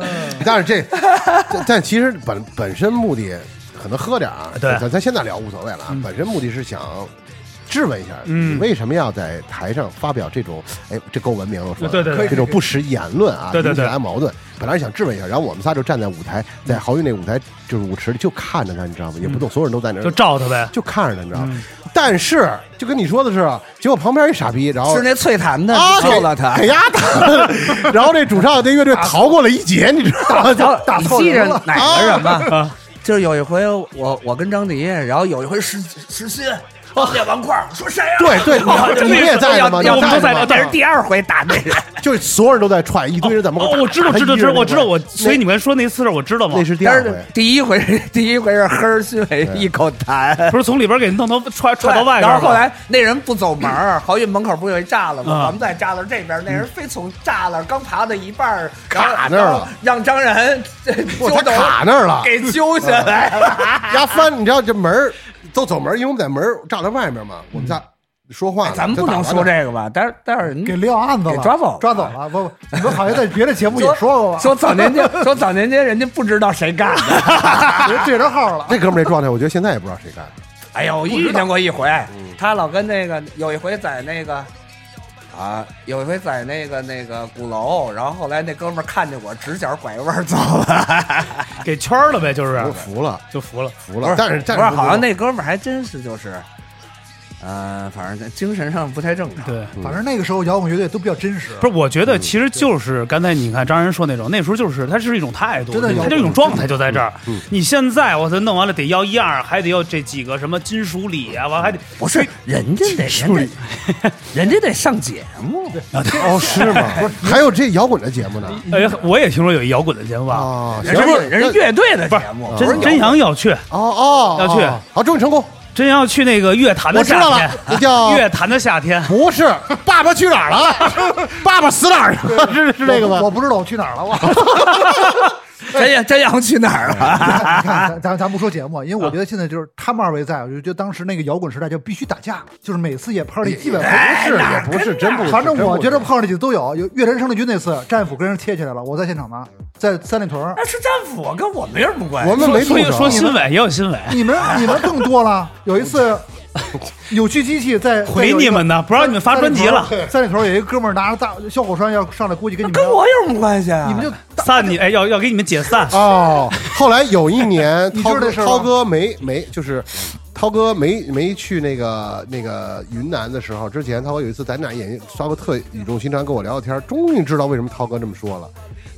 嗯
但是这，但但其实本本身目的可能喝点儿啊，
对
咱咱现在聊无所谓了啊。本身目的是想质问一下，
嗯
你为什么要在台上发表这种，哎，这够文明了，我说
对对对
这种不实言论啊，
对对对
引起大家矛盾。本来是想质问一下，然后我们仨就站在舞台，在豪运那舞台就是舞池里就看着他，你知道吗？也不动，所有人都在那儿
嗯就嗯照他呗。
就看着他，你知道吗？但是就跟你说的是，结果旁边一傻逼，然
哦
后
是那脆痰的
啊，
救了他
给。丫
*laughs*
打。然后这主唱这乐队逃过了一劫，你知
*laughs*
道吗？
然后你记着哪个人吗
啊？
就是有一回我我跟张迪，然后有一回石石鑫练完块儿说谁啊呀？
啊对
*laughs*
对，你你也在呢吗？你
我们都
在
在
呢吗
呢
这是第二回打那人，
就是所有人都在踹，一堆人在门口
哦
打。，
我知道，
他
知道，
一
知道，
个人
我知道，
在
我
门口
所以你们说那次我知道嘛
那， *laughs* 是第
但
二
是
回。
第一回 *laughs* 第一回是黑新伟一口
*laughs*
痰。
不是从里边给弄到踹踹到外边
然
吗，
后后来那人不走门儿，豪运门口不有一栅栏吗？
啊
咱们在栅栏这边，那人非从栅栏刚爬到一半儿，然后
卡那儿了，
然后让张然 *laughs* 这
我
揪
他
走
卡啊那儿了，
给揪下来了。嗯
丫翻，你知道这门儿都走门儿，因为我们在门儿栅栏外面嘛，我们仨说话呢，
*laughs* 哎咱们
这
不
打
能
完
说
了，
这个吧？待会儿待会儿人
给撂案子了，
给抓走了
抓走了。不，你们好像在别的节目也说
*laughs*
过吧？
说早年间，说早年间人家不知道谁干的。
人对着号了，
这哥们儿这状态，我觉得现在也不知道谁干的。
*laughs* 哎呦，遇见过一回，他老跟那个有一回在那个啊，有一回在那个那个鼓楼，然后后来那哥们儿看见我直角拐弯走了。 *laughs*
给圈儿了呗，就是
我服了，
就服了。
服了。但是但
嗯不是，
是
好像那哥们儿还真是就是，呃，反正精神上不太正常。
对，
反正那个时候摇滚乐队都比较真实。
不是，我觉得其实就是刚才你看张然说那种，那时候就是它是一种态度，
真的有
它这种状态就在这儿。你现在我操，弄完了得要一样，还得要这几个什么金属礼啊，完还得
不是，人家得人 *laughs* 家人家得上节目，
哦是吗？不是还有这摇滚的节目呢
哎，我也听说有一摇滚的节目啊，
啊！
人
行
家
那
人家乐队的
不是
节目，
真真想要去，
啊哦哦，
要去
哦好，终于成功。
真要去那个乐坛的
我知
夏
道
天
了，， *laughs* 这
*laughs*
叫
乐坛的夏天。
不是爸爸去哪儿 *laughs* 了？爸爸死哪儿了？ *laughs* 是是那个
我
吗？
我不知道我去哪儿了，我。
真要真要去哪儿了？
咱咱 *laughs* 咱咱不说节目，因为我觉得现在就是他们二位在，我就觉得当时那个摇滚时代就必须打架， *laughs* 就是每次也 party 基本不是
也不是真哎不是，
反正
真不
我
是
觉得 party 几都有，有乐坛生力军那次，战斧跟人贴起来了，我在现场呢，在三里屯儿。
那是战斧，跟我们有什么关系？
我们
说
没动啊
说
手
说新伟也有
*laughs*
新伟，
你们你们更多了，有一次有趣机器在
回你们，呢，不让你们发专辑
*laughs*
了，
在有一个三里屯儿有一个哥们儿拿着大小火栓要上来，估计跟你们
跟我有什么关系啊？
你们就
散你哎要要给你们解散。 *laughs*
哦，后来有一
*laughs*
年，
你知
涛
道
哥
这事儿吗
涛哥没没就是，涛哥没没去那个那个云南的时候，之前涛哥有一次在哪儿演，涛哥特语重心长跟我聊聊天，终于知道为什么涛哥这么说了。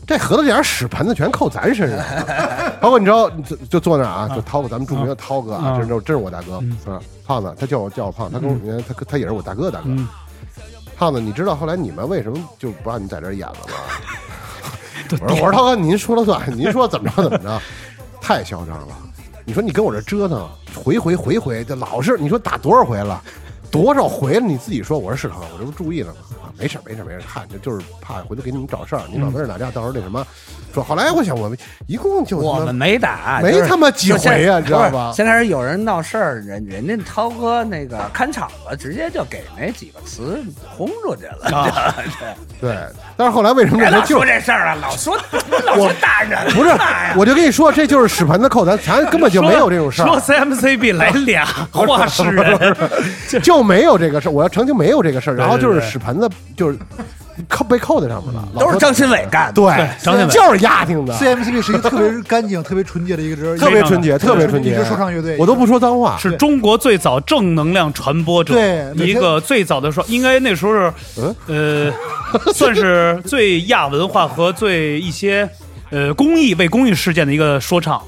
这合着点屎盆子全扣咱身上，
*laughs*
包括你知道就就坐那儿啊，就涛哥，咱们著名的涛哥啊，
啊
这是这是我大哥
嗯
啊，胖子，他叫我叫我胖，他跟我他他也是我大哥大哥。胖子，你知道后来你们为什么就不让你在这儿演了吗？
*laughs*
我说我说涛哥，您说了算，您说怎么着怎么着，太嚣张了。你说你跟我这折腾，回回回回，这老是你说打多少回了，多少回了？你自己说，我说是涛哥，我这不注意了吗？啊，没事儿没事儿没事儿，看这就是怕回头给你们找事儿，你老跟
嗯
这打架，到时候那什么。说后来我想我们一共就
我
他
们
妈
没打，
没
就是
他妈几回啊
就现
你知道吧
不是先开始有人闹事儿，人人家涛哥那个看场子，直接就给那几个词轰出去了。 *laughs*
啊，
对，但是后来为什么
别
这
老
回就
说这事儿啊，老
*laughs*
说老说打人啊，
不是
呀？？
我就跟你说，这就是屎盆子扣咱，咱根本就没有这种事儿。
说 CMCB 来
*laughs*
俩话事人，
就没有这个事儿，我要曾经没有这个事儿，
对
然后就是
对对
屎盆子就是扣被扣在上面了，
都是张新伟干的。 *laughs*
老
对
对，
张信伟
就是压挺的，
CMCB 是一个特别干净、特别纯洁的一个人，
特别纯洁，
非常
特别纯
一
洁，
支说唱乐队
我都不说脏话，
是中国最早正能量传播者，
对每天
一个最早的说，应该那时候是，呃， *laughs* 算是最亚文化和最一些。呃，公益为公益事件的一个说唱，啊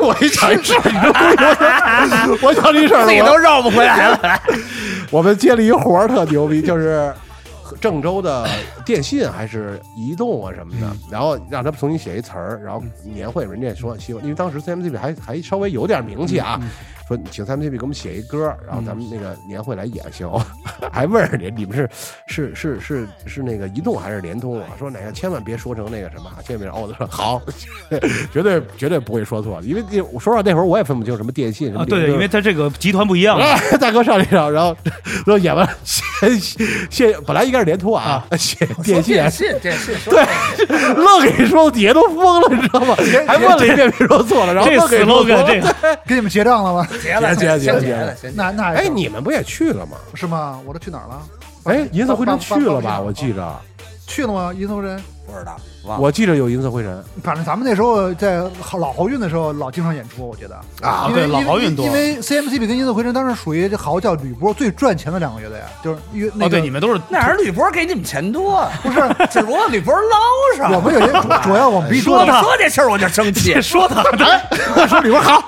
我一想一事儿，你都我想一事儿
自己
了
都绕不回来了，
*laughs* 我我们接了一活儿特牛逼，就是。郑州的电信还是移动啊什么
嗯
的，然后让他们重新写一词儿，然后年会人家也说希望，因为当时 CMCB 还还稍微有点名气
嗯
啊，说请 CMCB 给我们写一歌，然后咱们那个年会来演行， *laughs* 还问人家你们是是是是是那个移动还是联通啊？说哪个千万别说成那个什么，千万别哦，我说好， *laughs* 绝对绝对不会说错，因为那我说实话那会儿我也分不清什么电信什么
啊，对，
联通
因为它这个集团不一样嘛，
嗯啊， *laughs* 大哥上来了，然后说演完谢谢，本来应该是联通啊，谢电信，
电信电信说
对，愣给说底下都疯了，你知道吗？还问了一遍没说错了，然后
这
愣给说错
slogan
了
这。个
给你们结账了吗？
结了，
结了结
先
了
结
结
了
了，
先结了。
那那
哎，你们不也去了吗？
是吗？我都去哪儿了？
哎，银色灰尘去了
帮
吧？
帮帮
我记着，
去了吗？银头人，
不知道，忘了。
我记着有银色灰尘。
反正咱们那时候在老豪运的时候，老经常演出，我觉得
啊
因为
对老豪运多
因为 CMCB 跟音色回声当时属于这好叫铝波最赚钱的两个乐队，就是因为那
哦，
个
对，你们都是。
哪儿吕波给你们钱多？
不是
只不过吕波捞
啊
上了。
我们有些主主要我们必须
说
说
说这事儿我就生气
说他 *laughs*
我说里边好，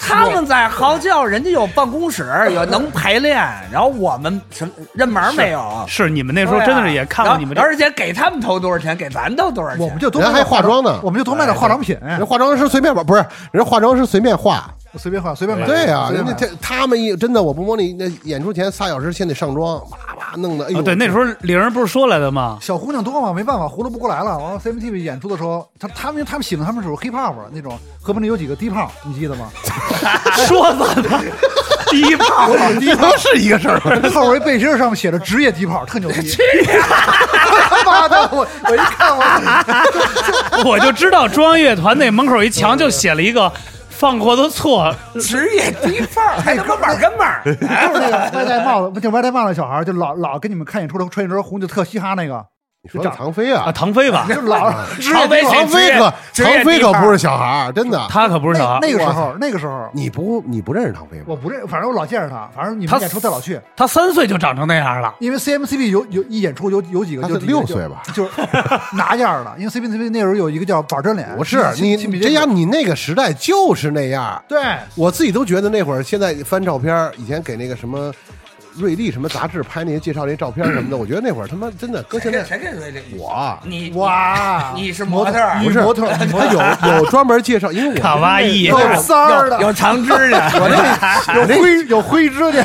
他们在嚎叫，人家有办公室，
*laughs*
有能排练，然后我们什么认门儿没有。
是你们那
那
时候真的是也看过你们这，
而且给他们投多少钱，给咱投多少钱。
我们就多卖
人还化妆呢哎
我们就多卖点化妆品，
人化妆师随便吧，不是人化妆师随便化。
随便化随便买。
对啊，
随
人
便
家
买
这他们一真的，我不摸你，那演出前仨小时先得上妆，哇哇那弄的，哎呦，
啊，对，那时候玲儿不是说来的吗？
小姑娘多嘛，没办法，活络不过来了。完了，CMTV 演出的时候，他他们因为他们喜欢他们属于 hip hop 那种，和平里有几个低胖，你记得
*laughs*
吗？
说咱们 *laughs* 第一炮，
你
*laughs*
他妈是一个事儿。
后边一背心儿上面写着职业低胖，特牛
*laughs*
逼。他妈的，我我一看我
*laughs* 我就知道中央乐团那门口一墙就写了一个“放过的错
职业低范
*laughs* 哎
儿，还他妈板跟板儿，
就是那个外戴帽子，就外戴帽子小孩儿，就老老跟你们看演出的时候穿一身红就特嘻哈那个，
你说的唐飞”啊
啊，，唐飞吧，
就
*laughs*
老
职业低范儿
唐飞可
职业
唐飞
低范
可
儿
不是小孩儿，真的。
他可不是啥，
啊
那个时候那个时候，
你不你不认识唐飞
我
吗？
不认，反正我老见着他，反正你
他
们演出带老去。
他三岁就长成那样了。
因为 CMCB 有有一演出有有几个
他
就是
六岁吧，
就就是拿样的。因为 CMCB 那时候有一个叫板砖脸，
不是
亲
你，
亲笔
这
尖
样哎
子
你那个时代就是那样。
对，
我自己都觉得那会儿，现在翻照片儿，以前给那个什么瑞丽什么杂志拍那些介绍那些照片什么的，我觉得那会儿他妈真的搁现在
谁给谁给
*laughs* 我啊
你
哇，
你是模特儿
不是模特儿，
他有有专门介绍，因为 *laughs* 我
卡哇伊，
有三儿的，
有长指甲， *laughs* 我
有灰有灰指甲，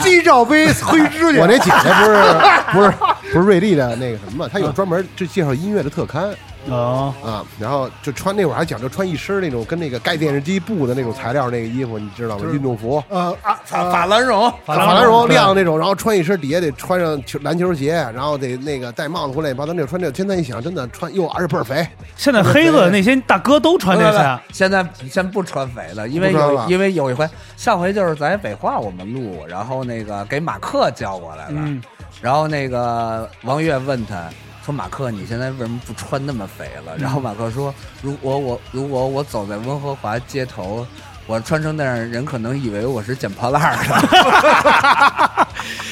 鸡罩杯灰指甲，
我那姐姐不是不是不是瑞丽的那个什么嘛，她有专门就介绍音乐的特刊
哦，
啊，然后就穿那会儿还讲究穿一身那种跟那个盖电视机布的那种材料那个衣服，你知道吗？运动服。
呃啊
法法兰绒，
法兰绒亮那种，然后穿一身底下得穿上球篮球鞋，然后得那个戴帽子胡乱七八糟那种穿这个。现在一想，真的穿又而且倍
*laughs*
儿肥，
现在黑子那些大哥都穿那些，
现在先不穿肥了，因为
不穿
有
了
因为有一回，上回就是在北化我们录，然后那个给马克叫过来了，
嗯
然后那个王悦问他说：“马克，你现在为什么不穿那么肥了？”
嗯
然后马克说：“如果我如果我走在温哥华街头。”我穿成那样，人可能以为我是捡破烂儿的。
*laughs*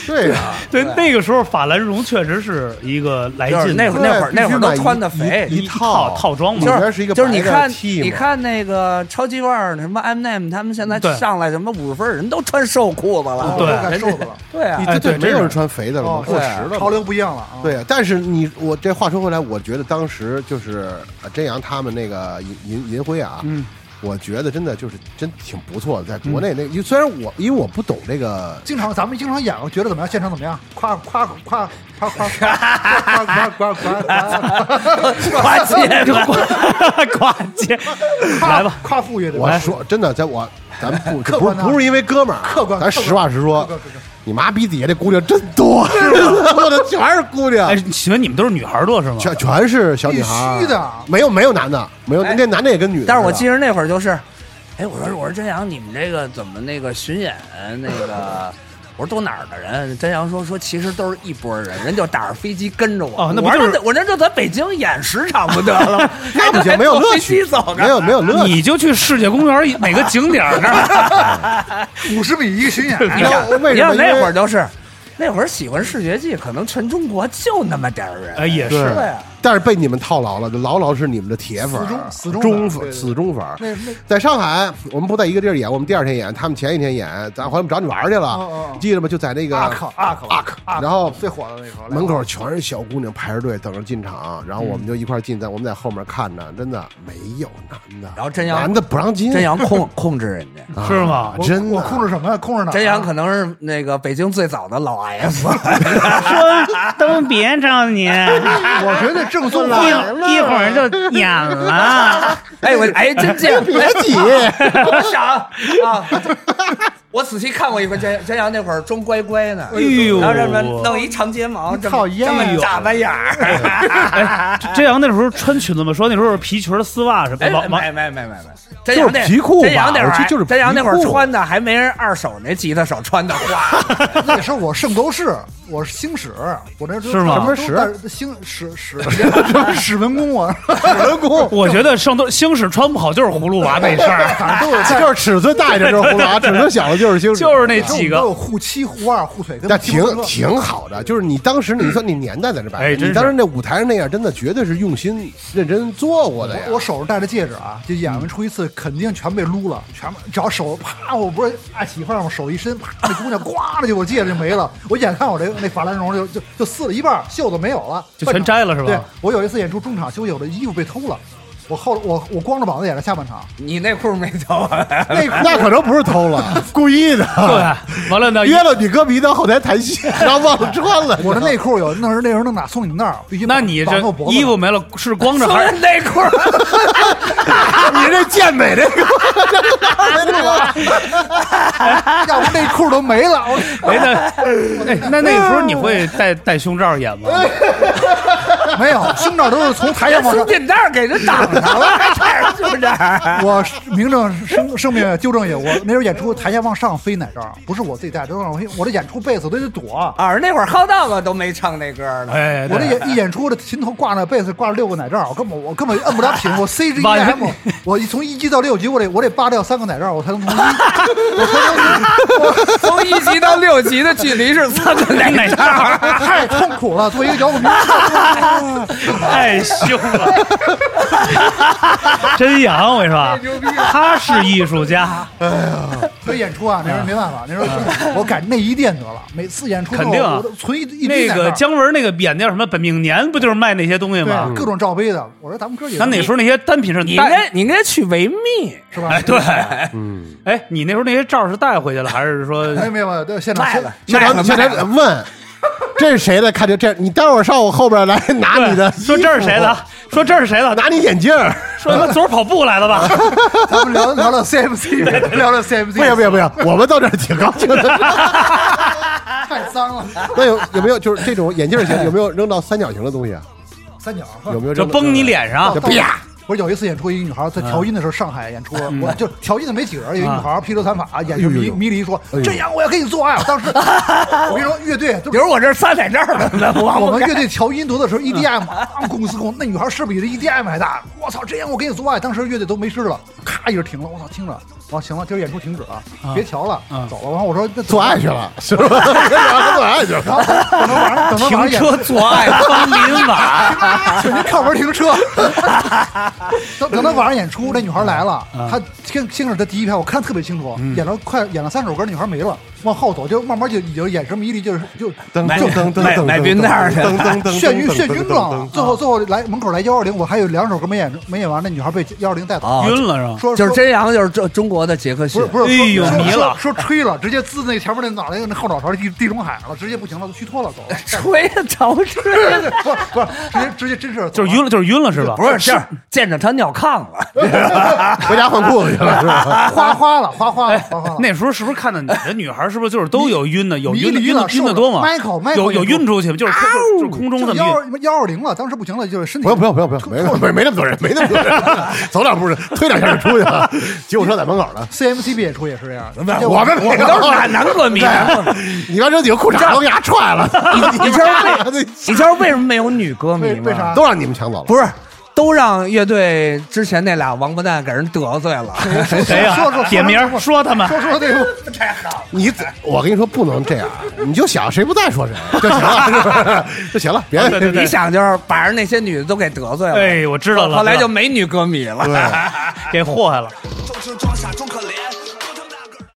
对啊呀、
对，那个时候法兰绒确实是一个来
就是
劲的，
那会儿，那会儿，那会儿
必须买
都
一
穿的肥，
一
一套套装嘛，
就
就
里
是
边是一个
就是你
白的
看
T 嘛
你看那个超级腕儿什么 M M 他们现在
对
上来什么五十分儿人都穿瘦裤子了，
对
我感受到
*laughs*
了，
对啊
你，
哎
这
对
对没有人穿肥的了
哦
嘛，过时了
潮
嘛。
流不一样了啊，
对呀，但是你我这话说回来，我觉得当时就是呃真阳他们那个银银银辉啊，
嗯，
我觉得真的就是真挺不错的，在国内那个，因为虽然我因为我不懂这个，
经常咱们经常演，我觉得怎么样？现场怎么样？夸夸夸夸夸夸夸夸夸夸
*laughs*
*laughs* 跨界，跨跨界，
*laughs*
来吧，
夸富裕的，
我说真的，在我咱
*laughs*
不
客
不是
观啊
不是因为哥们儿啊，
客观
咱
客观
实话实说，你妈逼底下这姑娘真多，
*laughs*
*laughs* 我的全是姑娘
哎，，请问你们都是女孩儿多是吗？
全全是小女孩，
必须的
没有没有男的，没有
哎
那男的也跟女的似的，
但是我记着那会儿就是，哎，我说我说真阳，你们这个怎么那个巡演那个？我说都哪儿的人？真阳说说其实都是一拨人，人就打着飞机跟着我。
哦那不
我说
就是
我这就在北京演十场不得了？
*laughs* 那不行，没有乐趣，没有没有乐趣。
你就去世界公园哪个景点儿那儿，
五十米一个巡
*laughs*
演，
你知道为
你
什
要
么？因为
那会儿就是，那会儿喜欢视觉系，可能全中国就那么点儿人。
哎，也
对
是。
啊
但是被你们套牢了，牢牢是你们的铁粉儿，
死
忠
忠死忠粉对对
粉，死忠粉。
那那
在上海，我们不在一个地儿演，我们第二天演，他们前一天演，咱后来我们找你玩儿去了，
哦哦
记得吗？就在那个
阿克
啊
阿克
阿克
阿克，
然后
最火的那时候，
啊门口全是小姑娘排着队等着进场，然后我们就一块儿进，在我们在后面看着，真的没有男的，
然后真阳
男的不让进，
真阳控控制人
*laughs*
家。
啊
是吗
我
真
我控
的。
制什么呀？控
啊
制哪？啊
真阳可能是那个北京最早的老
*laughs*
S，
说都别找你，一
我觉得正
*laughs*
宗的
一会儿就演 *laughs* 了。
哎我哎真见过，
别挤，
我想啊，我仔细看过一回真真阳那会儿装乖乖呢，
哎呦
然后这么弄一长睫毛，这么
讨厌
这么眨巴眼儿，
真阳那时候穿裙子吗？说那时候是皮裙儿、丝袜什么
哎，
的。王王
没没没没没，真阳那
就是皮裤吧
真阳那会
我记
儿
得就是皮裤
真阳那会儿穿的还没人二手那吉他手穿的花，
那时候我圣斗士，我是星矢，我那时候
是吗
都在星矢
*laughs*
矢史文恭我，
我觉得圣斗星矢穿不好就是葫芦娃那事儿，
反正都有在
*laughs* 就是尺寸大一点就是葫芦
*laughs*
娃，尺寸小的就是星
*laughs* 就是那
我
几
们都有
个。
护膝、护腕、护腿，跟
但挺
基本
挺好的，就是你当时你算你年代在这摆，
哎真是
你当时那舞台上那样，真的绝对是用心认真做过的呀
我。我手上戴着戒指啊，就演完出一次，肯定全被撸了，全部只要手啪，我不是爱起范儿吗？手一伸，啪，那姑娘呱的就我戒指就没了。我眼看我这那法兰绒就就就撕了一半，袖子没有了，
就全摘了是吧
对，我有一次演出中场休息，我的衣服被偷了。我后我我光着膀子演了下半
*laughs*
场，
你内裤没走啊？
那那可能不是偷了，故意的。
*laughs* 对，完了 *laughs* 呢，
*laughs* 约了你哥迷到后台谈戏，然后忘了穿了。
我的内裤有那时候那时候弄哪送你们那儿，必须
那你
绑
这
绑到脖子
衣服没了是光着
不
还
是
*laughs* 是？
内裤，
你这健美这个，
要哎不内裤都没了。我 *laughs*
哎，那哎那那时候你会戴戴胸罩演吗？
没有，胸罩都是从台上往上。
松紧带给人挡上了，还带上
*laughs*
胸罩。
我明正声声明纠正一下，我那时候演出台下往上飞奶罩，不是我自己戴，都让我我这演出贝斯我都得躲。
耳那会儿好道子都没唱那歌呢。
哎，
我这
对
演一演出，我这琴头挂着贝斯挂着六个奶罩，我根本我根本摁不着屏，我 C G E
晚上
M，我一从一级到六级，我得我得扒掉三个奶罩，我才能从一， *laughs* 我才能从
从一级到六级的距离是三
*laughs*
个奶
奶罩
太痛苦了，作为一个摇滚明
太哎凶了， *laughs* 真阳，我跟你说，啊他是艺术家，
所以演出啊，那时候没办法，那时候我改内衣店得了，每次演出之后
嗯肯定啊
我都存一一堆
那
奶
个
罩
姜文那个演那叫什么《本命年》，不就是卖那些东西吗
对？各种罩杯的，我说咱们哥几个
咱那时候那些单品是
你应
带
该你应该去维密，
是吧？
哎， *laughs* 对，嗯，哎，你那时候那些罩是带回去了，还是说
没有没有，对现场
卖了
现
卖了
场现
卖了
场问，这是谁的？看见这，你待会儿上我后边来拿你的
对。说这是谁的？说这是谁的？
拿你眼镜儿。
说他妈昨儿跑步来的吧？
咱们聊聊聊
*laughs*
CMC，聊聊 CMC，
不行不行不行，我们到这儿挺高兴的。
太脏了，
那有有没有就是这种眼镜型有没有扔到三角形的东西啊？
三角
有没有
这
扔到
崩你脸上
就，啊啪！啊
我有一次演出，一女孩在调音的时候，上海演出，我就调音的没几个人，有一女孩披头散发，眼睛
哎呦
迷
呦
迷离说
呦：“
这样我要跟你做爱。”我啊
*laughs*
当时，我跟你说，乐队都
比如我这三奶罩的，我
我们乐队调音多的时候，EDM 啊，公司公那女孩是比这 EDM 还大。我操，这样我跟你做爱，当时乐队都没声了，咔一下停了。我操，听着，完行了，今儿演出停止了，别调了，走了。完我说那
啊做爱去了，是吧？做爱去了。
等到晚上，等到晚上
停
演
车做爱帮林晚，
*laughs* 请您靠门停车。等等到晚上演出，那女孩来了，
嗯
她先先是她第一排，我看特别清楚，演了快演了三首歌，那女孩没了，往后走就慢慢就已经眼神迷离，就是就
噔
买买买冰袋儿去
噔噔噔，
眩晕眩晕了。最后最后来门口来幺二零，我还有两首歌没演没演完，那女孩被幺二零带走，
啊，
晕了是吧？
说
就是
说
真阳就是中中国的杰克
不
逊。
是，不是，
哎呦
说
迷了
说说吹了，直接滋那前面那脑袋那后脑勺地地中海了，直接不行了，都虚脱了，走了
吹着吹，
不是不是，直接直接真是
就是晕了，就是晕了是吧？
不是这儿见着他尿炕了，
回家换裤子去了，是
*laughs*
吧？
花花了，花花了，
哎
花花了。，
那时候是不是看到你的女孩，是不是就是都有晕的，有
迷
晕的
迷
晕
了
的晕
受
的
了
多吗？
Michael- Michael
有有
也是
晕出去，就是就是就是空中
哦就
这么
幺
晕。
二幺二零了，当时不行了，就是身体
不用不用不用不用，没没没那么多人，没那么多人，走两步推两下就出去了。救护车在门口呢。
CMC 毕演出也是这样，我
*laughs* 我们我们
都是南南哥迷，
*laughs* 你妈扔几个裤衩，我给他踹了。
你知道
啊
为 *laughs* 你知道为什么没有女歌迷
为
吗？
为啥？
都让你们抢走了。
不是，都让乐队之前那俩王八蛋给人得罪 *laughs* 了。
谁呀
说说？
点名儿说他们，
说说对不？
你怎，我跟你说不能这样，你就想谁不在说谁就行了， *laughs* 是吧？就行了，别
对对对
*laughs* 你想就是把人那些女的都给得罪了，
哎，我知道了，
后来
知道
*laughs* 就没女歌迷了。
了给祸害了。
众生装傻，装可